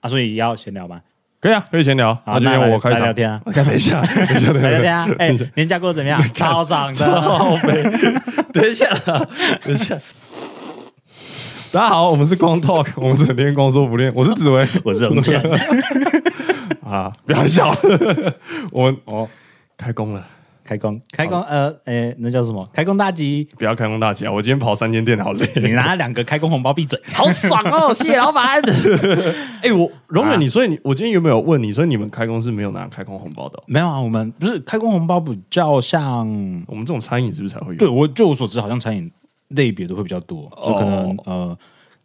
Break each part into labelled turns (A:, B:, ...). A: 啊所以也要闲聊 吧。
B: 可以啊，可以闲聊。
A: 好，
B: 那就
A: 那
B: 由
A: 来
B: 我开
A: 来聊
B: 场。
A: 天啊，
B: 看，等一 下，等一下，等
A: 来聊
B: 一
A: 天
B: 下，
A: 啊。哎，年假过得怎么 样？超爽的。
B: 靠北等一下，等一下。 大家好，我们是光 talk，我们整天光说不练。我是紫薇
A: 我是荣 健，
B: 啊，不要笑。 我们哦，开工了，
A: 开工，开工，呃，哎，那叫什么？开工大吉。
B: 不要开工大吉啊！我今天跑三间店，好累。
A: 你拿两个开工红包闭嘴。
B: 好爽哦，谢谢老板。哎，我容
A: 啊
B: 忍你，所以你我今天有没有问你？所以你们开工是没有拿开工红包的哦？
A: 没有啊，我们不是开工红包比较像，
B: 我们这种餐饮是不是才会有？
A: 对我就我所知，好像餐饮类别的会比较多，就可能、
B: 哦
A: 呃，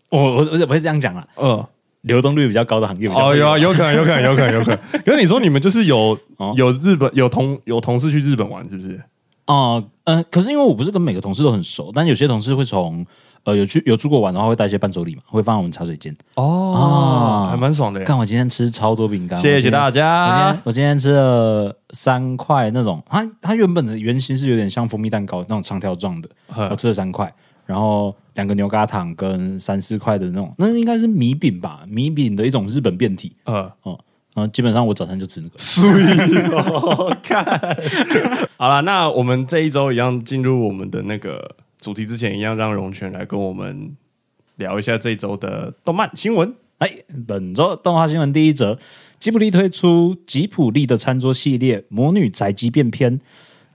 A: 我我我会这样讲啦，
B: 嗯，
A: 流动率比较高的行呃业比较
B: 哦，
A: 会
B: 有啊，有可能，有可能，有可能，有可 能。可是你说你们就是有
A: 哦
B: 有日本有同有同事去日本玩，是不是？
A: 哦，嗯、可是因为我不是跟每个同事都很熟，但有些同事会从呃有去有出国玩的话，会带一些伴手礼嘛，会放在我们茶水间。
B: 哦，还蛮爽的耶。
A: 看我今天吃超多饼干，
B: 谢谢大
A: 我今
B: 家
A: 天。我今天吃了三块那种，它它原本的原型是有点像蜂蜜蛋糕那种长条状的，
B: 嗯
A: 我吃了三块，然后两个牛轧糖跟三四块的那种，那应该是米饼吧，米饼的一种日本变体
B: 呃，
A: 哦。然后基本上我早餐就吃那个，
B: 所以哦，看， 好了，那我们这一周一样进入我们的那个主题之前，一样让荣泉来跟我们聊一下这一周的动漫新闻。
A: 哎，本周动画新闻第一则，吉卜力推出吉卜力的餐桌系列《魔女宅急便篇》，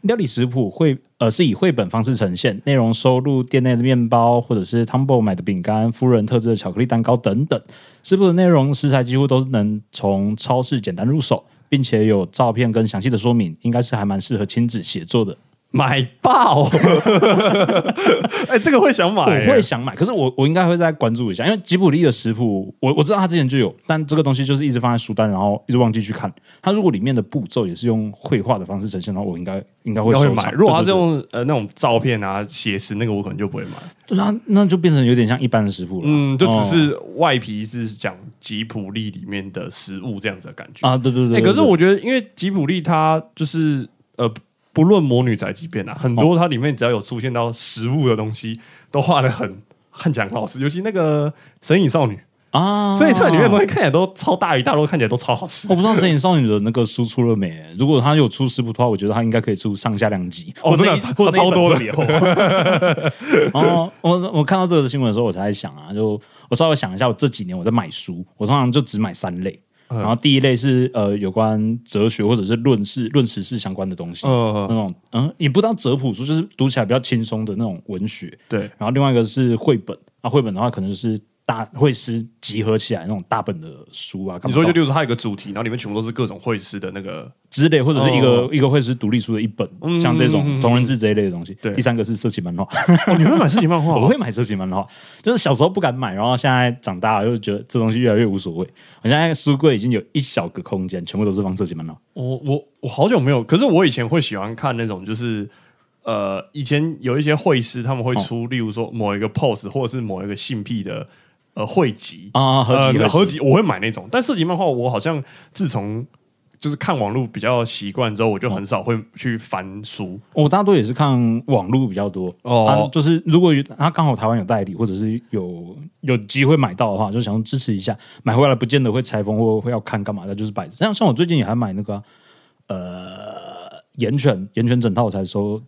A: 料理食谱会呃是以绘本方式呈现，内容收录店内的面包或者是 Tumble 买的饼干、夫人特制的巧克力蛋糕等等。食谱的内容食材几乎都能从超市简单入手，并且有照片跟详细的说明，应该是还蛮适合亲子写作的。
B: 买 爆！哎、这个会想买、
A: 我会想买，可是我我应该会再关注一下，因为吉卜力的食谱，我我知道他之前就有，但这个东西就是一直放在书单，然后一直忘记去看。它如果里面的步骤也是用绘画的方式呈现的话，我应该应该会
B: 我会
A: 收
B: 哦买。
A: 藏。
B: 如果他
A: 对
B: 是
A: 对
B: 用呃那种照片啊写实，那个我可能就不会买。
A: 对那那就变成有点像一般的食谱了。
B: 嗯，就只
A: 哦
B: 是外皮是讲吉普力里面的食物这样子的感觉。
A: 啊，对对对。
B: 哎、可是
A: 对
B: 我觉得，因为吉普力它就是呃，不论魔女宅急便啊，很多它里面只要有出现到食物的东西，都画的很看起来很好吃。尤其那个神隐少女，
A: 啊，
B: 所以这里面的东西看起来都超大鱼大肉，看起来都超好吃
A: 我。不知道《神隐少女》的那个书出了没？如果他有出食谱的话，我觉得他应该可以出上下两集。
B: 哦
A: 或者
B: 真的
A: 那一
B: 它
A: 或者那一
B: 超多的
A: 本特别厚哦，我我看到这个新闻的时候，我才在想啊，就我稍微想一下，我这几年我在买书，我通常就只买三类。
B: 嗯
A: 然后第一类是呃有关哲学或者是论事、论时事相关的东西，
B: 嗯
A: 那种嗯也不当哲普书，就是读起来比较轻松的那种文学。
B: 对，
A: 然后另外一个是绘本啊，绘本的话可能就是大绘师集合起来那种大本的书啊。干嘛
B: 你
A: 干
B: 说就
A: 嘛
B: 例如说它有一个主题，然后里面全部都是各种会师的那个
A: 之类，或者是一个、
B: 哦嗯
A: 一个会是独立书的一本，像这种同人志这一类的东西。
B: 对
A: 第三个是色情漫画，
B: 哦，你会买色情 漫画
A: 我会买色情漫画，就是小时候不敢买，然后现在长大了又觉得这东西越来越无所谓。我现在书柜已经有一小个空间，全部都是放色情漫画。
B: 我我我好久没有，可是我以前会喜欢看那种，就是呃，以前有一些会师他们
A: 哦
B: 会出，例如说某一个 pose 或者是某一个性癖的呃汇集
A: 啊合集
B: 呃
A: 合集
B: 合集，我会买那种。但色情漫画我好像自从就是看网络比较习惯之后，我就
A: 哦
B: 很少会去翻书。
A: 我大多也是看网络比较多
B: 哦
A: 啊就是如果有他刚好台湾有代理，或者是有有机会买到的话，就想支持一下。买回来不见得会拆封或会要看干嘛的，就是摆着。像像我最近也还买那个啊、呃岩泉岩泉整套才收，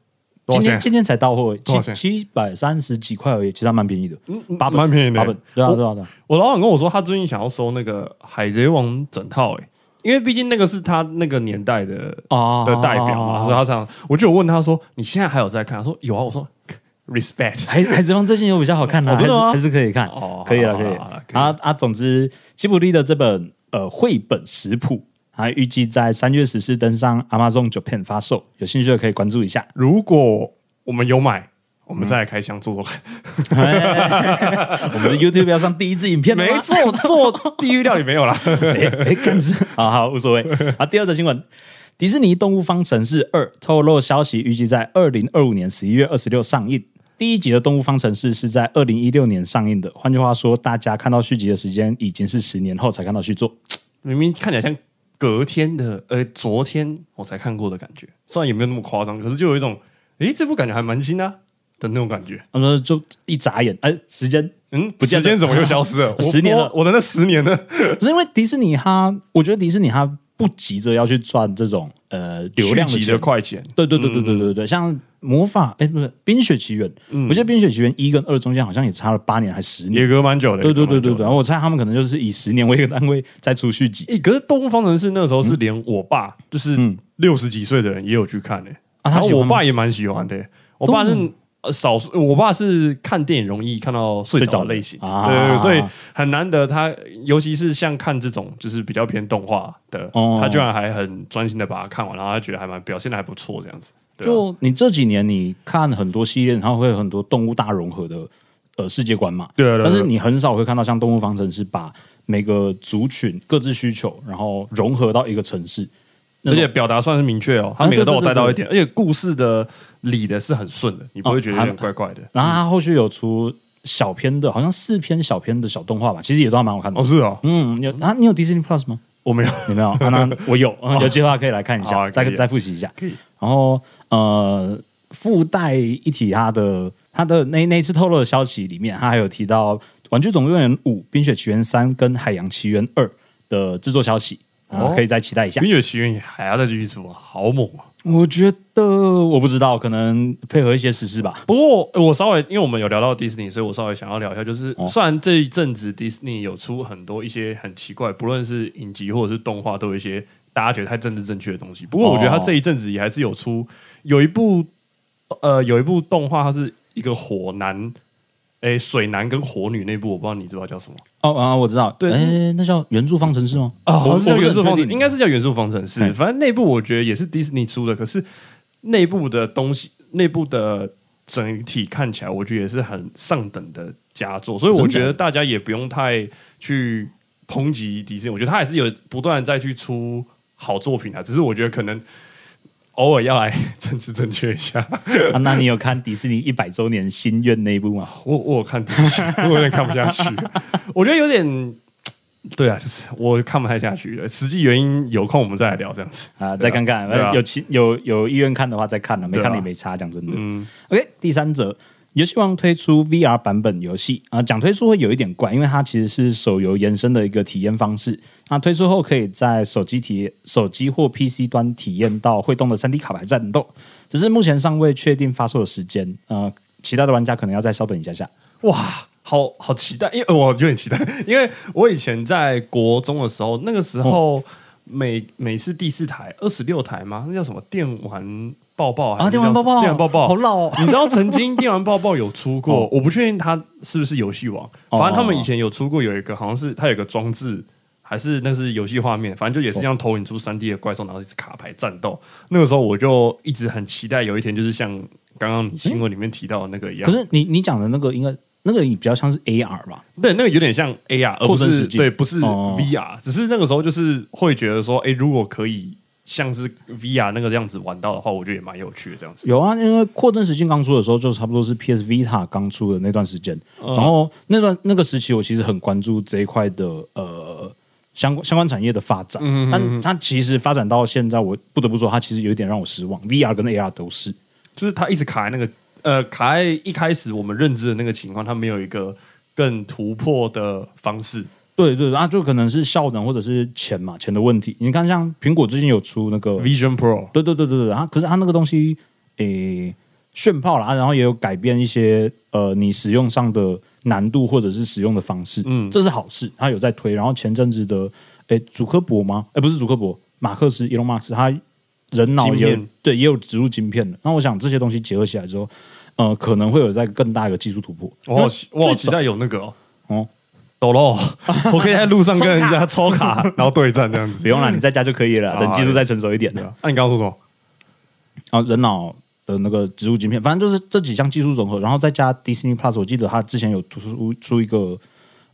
B: 多
A: 今
B: 少钱
A: 天今天才到货，
B: 多少钱嗯
A: 七七百三十几块而已，其实还蛮便宜的，八本
B: 蛮便宜的
A: 八
B: 欸
A: 本对啊对啊对啊，
B: 我老板跟我说，他最近想要收那个《海贼王》整套、欸，因为毕竟那个是他那个年代的
A: 哦
B: 的代表嘛，所以他常我就有问他说：“你现在还有在看？”他说：“有啊。”我说：“respect。
A: 海海贼王最近有比较好看的、
B: 哦真的吗
A: 还是还是可以看，
B: 哦
A: 可以了，
B: 好
A: 可以
B: 好好
A: 了
B: 好。可以
A: 啊啊，总之，吉卜力的这本呃绘本食谱，它预计在三月十四登上 Amazon Japan 发售，有兴趣的可以关注一 下”。
B: 如果我们有买，我
A: 嗯
B: 们再来开箱做做看。
A: 哎我们的 YouTube 要上第一支影片了吗，
B: 没错，做地狱料理没有啦。
A: 哎哎，更是 好好无所谓。好，第二则新闻，迪士尼《动物方程式二》透露消息，预计在二零二五年十一月二十六上映。第一集的《动物方程式》是在二零一六年上映的，换句话说，大家看到续集的时间已经是十年后才看到续作。
B: 明明看起来像隔天的，呃，昨天我才看过的感觉，虽然也没有那么夸张，可是就有一种，诶，这部感觉还蛮新的啊的那种感觉。
A: 他们就一眨眼，哎、时间
B: 嗯，
A: 不见
B: 时
A: 了
B: 间怎么又消失 了？我
A: 十年了
B: 我我的那十年呢？
A: 不是因为迪士尼它，我觉得迪士尼它不急着要去赚这种呃流量的
B: 续集
A: 钱
B: 的，嗯快钱，
A: 对对对对对对对，像魔法哎不是《冰雪奇缘》，
B: 嗯
A: 我记得《冰雪奇缘》一跟二中间好像也差了八年还十年，
B: 也隔蛮久的。
A: 对对对
B: 也隔
A: 对
B: 蛮久
A: 对，然后我猜他们可能就是以十年为一个单位再出续集
B: 的。诶可是《动物方程式》那
A: 嗯
B: 时候是连我爸，就是六十几岁的人也有去看的。
A: 啊
B: 然
A: 他
B: 后
A: 喜欢
B: 我
A: 吗
B: 爸也蛮喜欢的。我爸是呃少数，我爸是看电影容易看到睡着的类型，
A: 睡着的啊
B: 对对对，所以很难得他，尤其是像看这种就是比较偏动画的，
A: 哦
B: 他居然还很专心的把它看完，然后他觉得还蛮表现的还不错这样子。对啊
A: 就你这几年你看很多系列，然后会有很多动物大融合的呃世界观嘛，
B: 对啊对啊对啊
A: 但是你很少会看到像《动物方程式》把每个族群各自需求，然后融合到一个城市。那
B: 而
A: 种
B: 且表达算是明确哦，他
A: 啊
B: 每个
A: 对
B: 都
A: 对
B: 有
A: 对
B: 带到
A: 对哦
B: 一点，而且故事的理的是很顺的，你不会觉得有点怪怪的。
A: 然后他后续有出小篇的，好像四篇小篇的小动画吧，其实也都还蛮好看的。
B: 哦，是哦，
A: 嗯，有啊，你有 Disney Plus 吗？
B: 我没有，
A: 有 没有？啊、那我有，嗯有计划可以来看一
B: 好
A: 下，
B: 啊
A: 再
B: 可以
A: 再复习一下。
B: 可以
A: 然后呃，附带一提他的他的那那一次透露的消息里面，他还有提到《玩具总动员五》《冰雪奇缘三》跟《海洋奇缘二》的制作消息。啊
B: 哦，
A: 可以再期待一下。
B: 《冰雪奇缘》也还要再继续出啊，好猛啊！
A: 我觉得我不知道，可能配合一些实事吧。
B: 不过呃我稍微，因为我们有聊到迪士尼，所以我稍微想要聊一下，就是、
A: 哦
B: 虽然这一阵子迪士尼有出很多一些很奇怪，不论是影集或者是动画，都有一些大家觉得太政治正确的东西。不过我觉得它
A: 哦
B: 这一阵子也还是有出有一部呃有一部动画，它是一个火男。诶，水男跟火女那部我不知道你知不知道叫什么？
A: 哦啊，我知道，
B: 对
A: 哎，那叫原著方程式吗？
B: 啊，
A: 我
B: 好像是
A: 我哦
B: 叫
A: 不是
B: 元素
A: 很
B: 方
A: 确
B: 程，
A: 定，
B: 应该是叫元素方程式
A: 嗯。
B: 反正内部我觉得也是迪士尼出的，可是内部的东西，内部的整体看起来，我觉得也是很上等的佳作，所以我觉
A: 真
B: 得
A: 的
B: 大家也不用太去抨击迪士尼。我觉得他还是有不断地再去出好作品啊，只是我觉得可能偶尔要来政治正确一下。
A: 啊，那你有看迪士尼一百周年心愿那一部吗？
B: 我我有看第一集，我有点看不下去，我觉得有点。对啊，就是我看不太下去了。实际原因有空我们再来聊这样子
A: 啊，再看看，
B: 对啊
A: 有其有有意愿看的话再看了，没
B: 对啊
A: 看的也没差。讲真的
B: 嗯
A: ，OK，第三者。游戏王推出 VR 版本游戏啊，讲推出会有一点怪，因为它其实是手游延伸的一个体验方式。那推出后可以在手机体手机或 PC 端体验到会动的 3D 卡牌战斗，只是目前尚未确定发售的时间。呃，其他的玩家可能要再稍等一下下。
B: 哇，好好期待，因为呃我有点期待，因为我以前在国中的时候，那个
A: 哦
B: 时候、每每次第四台二十六台吗？那叫什么电玩抱抱还是
A: 啊，电玩抱
B: 叫什么
A: 抱，
B: 电玩抱抱，
A: 好老哦。
B: 你知道曾经电玩抱抱有出过，我不确定它是不是游戏王，
A: 哦
B: 反正他们以前有出过有一个，好像是它有个装置，还是那是游戏画面，反正
A: 哦
B: 就也是这样投影出三 D 的怪兽，然后一直卡牌战斗。那个时候我就一直很期待有一天，就是像刚刚你新闻里面提到的那个一样
A: 可，是你你讲的那个应该那个你比较像是 AR 吧？
B: 对，那个有点像 AR，而不
A: 扩增
B: 是
A: 实境
B: 对，不是
A: 哦
B: VR，、只是那个时候就是会觉得说，哎、如果可以像是 VR 那个样子玩到的话，我觉得也蛮有趣的这样子。
A: 有啊，因为扩增实境刚出的时候，就差不多是 PS Vita 刚出的那段时间。
B: 嗯
A: 然后那段那个时期，我其实很关注这一块的呃相关相关产业的发展。
B: 嗯嗯嗯
A: 但它其实发展到现在，我不得不说，它其实有一点让我失望。VR 跟 AR 都是，
B: 就是他一直卡在那个呃卡在一开始我们认知的那个情况，他没有一个更突破的方式。
A: 对对，啊，就可能是效能或者是钱嘛，钱的问题。你看，像苹果最近有出那个
B: Vision Pro
A: 对对对对对，然后可是它那个东西，诶、炫炮啦，啊然后也有改变一些呃你使用上的难度或者是使用的方式，嗯，这是好事，它有在推。然后前阵子的，诶、祖科博吗？诶、不是祖科博，马克思 Elon Musk 他人脑
B: 晶
A: 也
B: 片
A: 对也有植入晶片的。那我想这些东西结合起来之后，呃，可能会有在更大一个技术突破。
B: 我好
A: 因为
B: 期我好
A: 最
B: 期待有那个哦，
A: 哦
B: 抖喽，我可以在路上跟人家抽卡，然后对战这样
A: 不
B: 子。
A: 用了，你在家就可以了，
B: 好
A: 等技术再成熟一点。
B: 嗯啊对啊，那、你刚刚说什么？
A: 然后人脑的那个植入晶片，反正就是这几项技术融合，然后再加 Disney Plus。我记得它之前有出出一个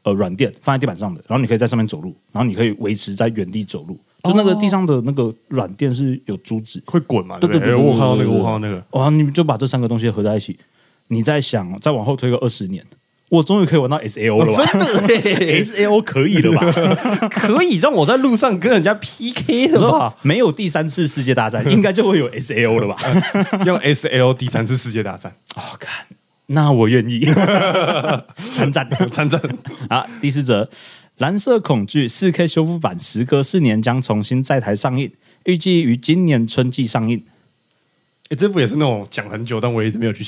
A: 呃软垫放在地板上的，然后你可以在上面走路，然后你可以维持在原地走路。就那个地上的那个软垫是有珠子，
B: 会滚嘛？
A: 对对
B: 对不
A: 对
B: 对，
A: 对
B: 我看到那
A: 对
B: 个，
A: 对对
B: 我看到那个。
A: 哇！你们就把这三个东西合在一起，你再想再往后推个二十年，我终于可以玩到 SAO 了吧？
B: 哦真的
A: SAO 可以了 吧？
B: 可以让我在路上跟人家 PK 的吧？
A: 没有第三次世 界大战，应该就会有 SAO 了吧？
B: 用 S L 第三次世界大战，
A: 哦，看那我愿意， 称赞
B: 真 正
A: 啊！第四则，《蓝色恐惧》四 K 修复版，时隔四年将重新在台上映，预计于今年春季上映。
B: 哎，这部也是那种讲很久，但我一直没有去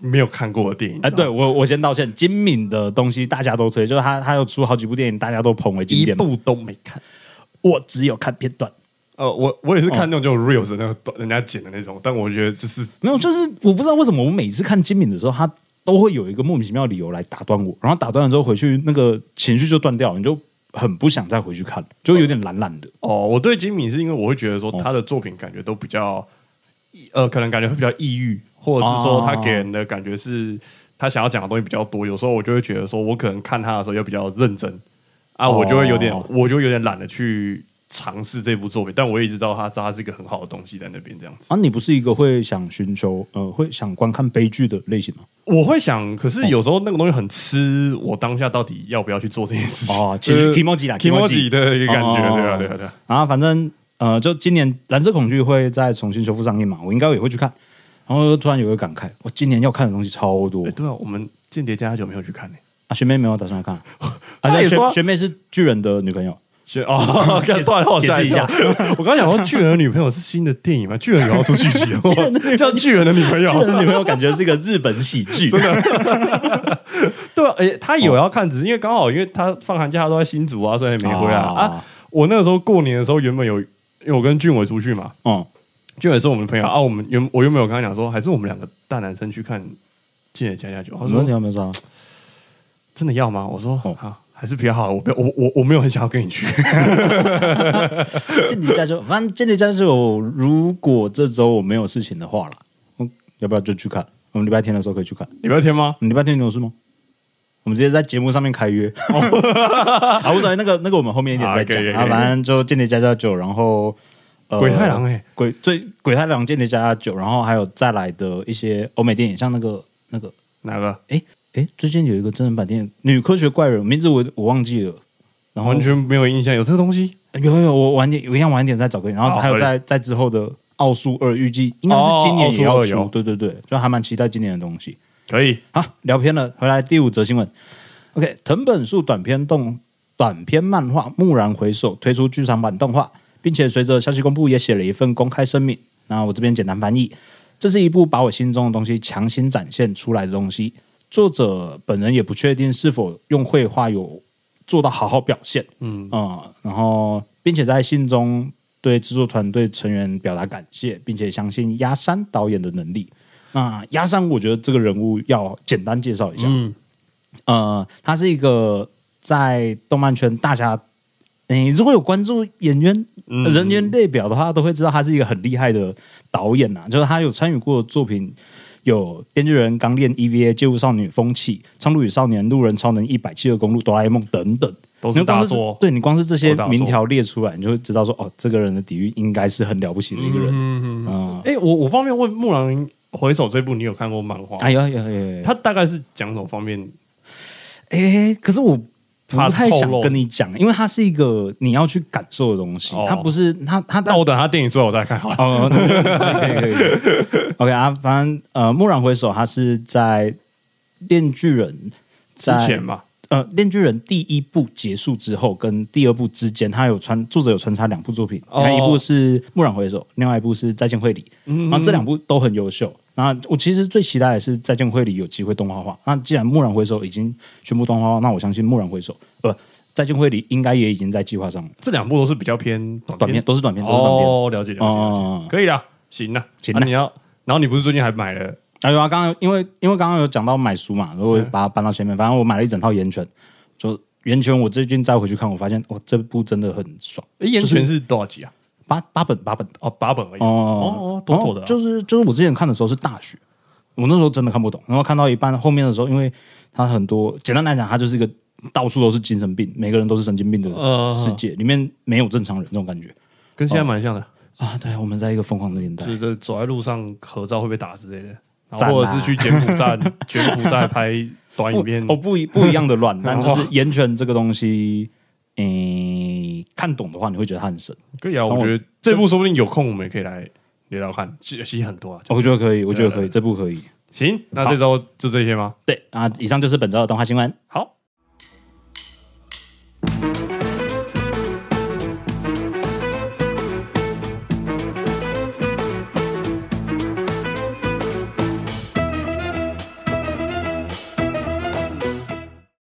B: 没有看过的电影。
A: 哎、对我，我先道歉，金敏的东西大家都推，就是他，他又出好几部电影，大家都捧为经
B: 一
A: 典。
B: 部都没看。
A: 我只有看片段，
B: 呃，我我也是看那种就 reels 的那个短人家剪的那种，但我觉得就是
A: 没有，就是我不知道为什么我每次看金敏的时候，他都会有一个莫名其妙的理由来打断我，然后打断了之后回去那个情绪就断掉，你就很不想再回去看，就有点懒懒的。
B: 哦，我对金敏是因为我会觉得
A: 哦
B: 说他的作品感觉都比较，呃，可能感觉会比较抑郁，或者是说
A: 哦
B: 他给人的感觉是他想要讲的东西比较多。有时候我就会觉得说，我可能看他的时候要比较认真啊，
A: 哦
B: 我就会有点，我就有点懒得去尝试这部作品。但我也一直知道他知道它是一个很好的东西在那边这样子。
A: 啊，你不是一个会想寻求呃会想观看悲剧的类型吗？
B: 我会想，可
A: 哦
B: 是有时候那个东西很吃我当下到底要不要去做这件事情
A: 哦其实 kimoji 啦
B: kimoji 的一个感觉，
A: 哦
B: 对啊，对啊，对啊。
A: 然后反正呃，就今年《蓝色恐惧》会再重新修复上映嘛，我应该也会去看。然后突然有一个感慨，我今年要看的东西超多
B: 哎，对啊，我们间谍家家酒没有去看呢。
A: 啊！学妹没有打算看 啊，啊，
B: 那
A: 对
B: 你
A: 学
B: 说
A: 学妹是巨人的女朋 友，
B: 学哦，
A: 解释
B: 算了，我吓跳
A: 解。
B: 我刚刚想说，巨人的女朋友是新的电影吗？巨人有要出续 集哦，叫巨人的女朋友
A: 巨。人的女朋友感觉是个日本喜剧， 真的
B: 对啊，诶，他有要看，
A: 哦
B: 只是因为刚好，因为他放寒假他都在新竹啊，所以没回来啊。啊我那个时候过年的时候，原本有，因为我跟俊伟出去嘛，
A: 哦，
B: 俊伟是我们的朋友啊。我们原我原本有跟他讲说，还是我们两个大男生去看《间谍加加酒》，他
A: 你说你
B: 说
A: 有没有啥？
B: 真的要吗？我说
A: 哦
B: 啊，还是比较好，我不要，我我我没有很想要跟你去。
A: 间谍家就反正间谍家就如果这周我没有事情的话啦，嗯，要不要就去看？我们礼拜天的时候可以去看。
B: 礼拜天吗？
A: 你礼拜天你有事吗？我们直接在节目上面开约， 啊，无所谓，那个那个我们后面一点再
B: 哦啊可以可以
A: 讲啊，
B: 可以
A: 反正就间谍加加酒，然后呃
B: 鬼太郎哎，
A: 鬼最鬼太郎间谍加加酒，然后还有再来的一些欧美电影，像那个那个
B: 哪个？
A: 哎哎，诶最近有一个真人版电影《女科学怪人》，名字我我忘记了，然后
B: 完全没有印象，有这个东西？
A: 有有我晚点，我一样晚一点再找给你，然后
B: 哦好
A: 还有
B: 可以
A: 在在之后的。奥数二预计应该是今年也
B: 哦
A: 要
B: 奥数
A: 出，
B: 二有
A: 对对对，就还蛮期待今年的东西。
B: 可以。
A: 好，聊偏了，回来第五则新闻。OK，藤本树短篇动短篇漫画《蓦然回首》推出剧场版动画，并且随着消息公布，也写了一份公开声明。那我这边简单翻译，这是一部把我心中的东西强行展现出来的东西。作者本人也不确定是否用绘画有做到好好表现，嗯然后并且在信中对制作团队成员表达感谢，并且相信压山导演的能力。那压山，我觉得这个人物要简单介绍一下，
B: 嗯，
A: 呃，他是一个在动漫圈大家，你如果有关注演员、
B: 嗯
A: 人员列表的话，都会知道他是一个很厉害的导演呐、就是他有参与过的作品有《编剧人》《钢炼》《EVA》《街舞少女》《风气》《苍鹭与少年》《路人超能》《一百七十公路》《哆啦 A 梦》等等。
B: 都
A: 你
B: 是
A: 光
B: 大
A: 是
B: 作。
A: 对你光是这些
B: 都大作
A: 名条列出来，你就会知道说，哦，这个人的底蕴应该是很了不起的一个人。
B: 嗯嗯
A: 嗯，
B: 哎、我我方便问《木兰回首》这部，你有看过漫画？
A: 哎呀哎呀哎呀，
B: 它大概是讲什么方面？
A: 哎，可是我不
B: 怕
A: 太
B: 透
A: 想
B: 露
A: 跟你讲，因为它是一个你要去感受的东西，
B: 哦
A: 它不是它它
B: 那
A: 它。
B: 我等他电影出来我再看好了。
A: 哦， 那可以可以可以可 以。OK 啊，反正呃，《蓦然回首》它是在《炼巨人》
B: 之
A: 在
B: 前嘛，
A: 呃，《炼巨人》第一部结束之后跟第二部之间，它有穿作者有穿插两部作品，
B: 哦
A: 那一部是《蓦然回首》，另外一部是《再见惠理》，然后这两部都很优秀。那我其实最期待的是《再见惠理》有机会动画化。那既然《蓦然回首》已经宣布动画化，那我相信《蓦然回首》呃，《再见惠理》应该也已经在计划上了。
B: 这两部都是比较偏短
A: 短片都是短片，都是短片。
B: 哦，了解了解了解，
A: 哦，
B: 可以啦，行啦，啊
A: 行啦
B: 那、你要，然后你不是最近还买了？
A: 还有啊，刚刚因为因为刚刚有讲到买书嘛，然后我把它搬到前面，反正我买了一整套《岩泉》，就《岩泉》，我最近再回去看，我发现哦，这部真的很爽，
B: 哎，岩泉是多少集啊？
A: 八八本八本的。
B: 哦，八本而已。
A: 哦
B: 哦，妥妥的啊、
A: 就是就是我之前看的时候是大学，我那时候真的看不懂，然后看到一半后面的时候，因为它很多，简单来讲，它就是一个到处都是精神病，每个人都是神经病的
B: 嗯
A: 世界，里面没有正常人这种感觉
B: 跟现在蛮像的，
A: 啊！对，我们在一个疯狂的年代
B: 就，是走在路上合照会被打之类的，然
A: 赞啊
B: 后或者是去柬埔寨，柬埔寨拍短影
A: 不
B: 片。
A: 哦不一不一样的乱，但就是言权这个东西，诶、看懂的话，你会觉得它很神，
B: 可以啊，
A: 后
B: 我觉得这部说不定有空我们也可以来聊聊看，其其实很多啊。
A: 我觉得可以，我觉得可以，这部可以。
B: 行，那这周就这些吗？
A: 对啊，以上就是本周的动画新闻。
B: 好。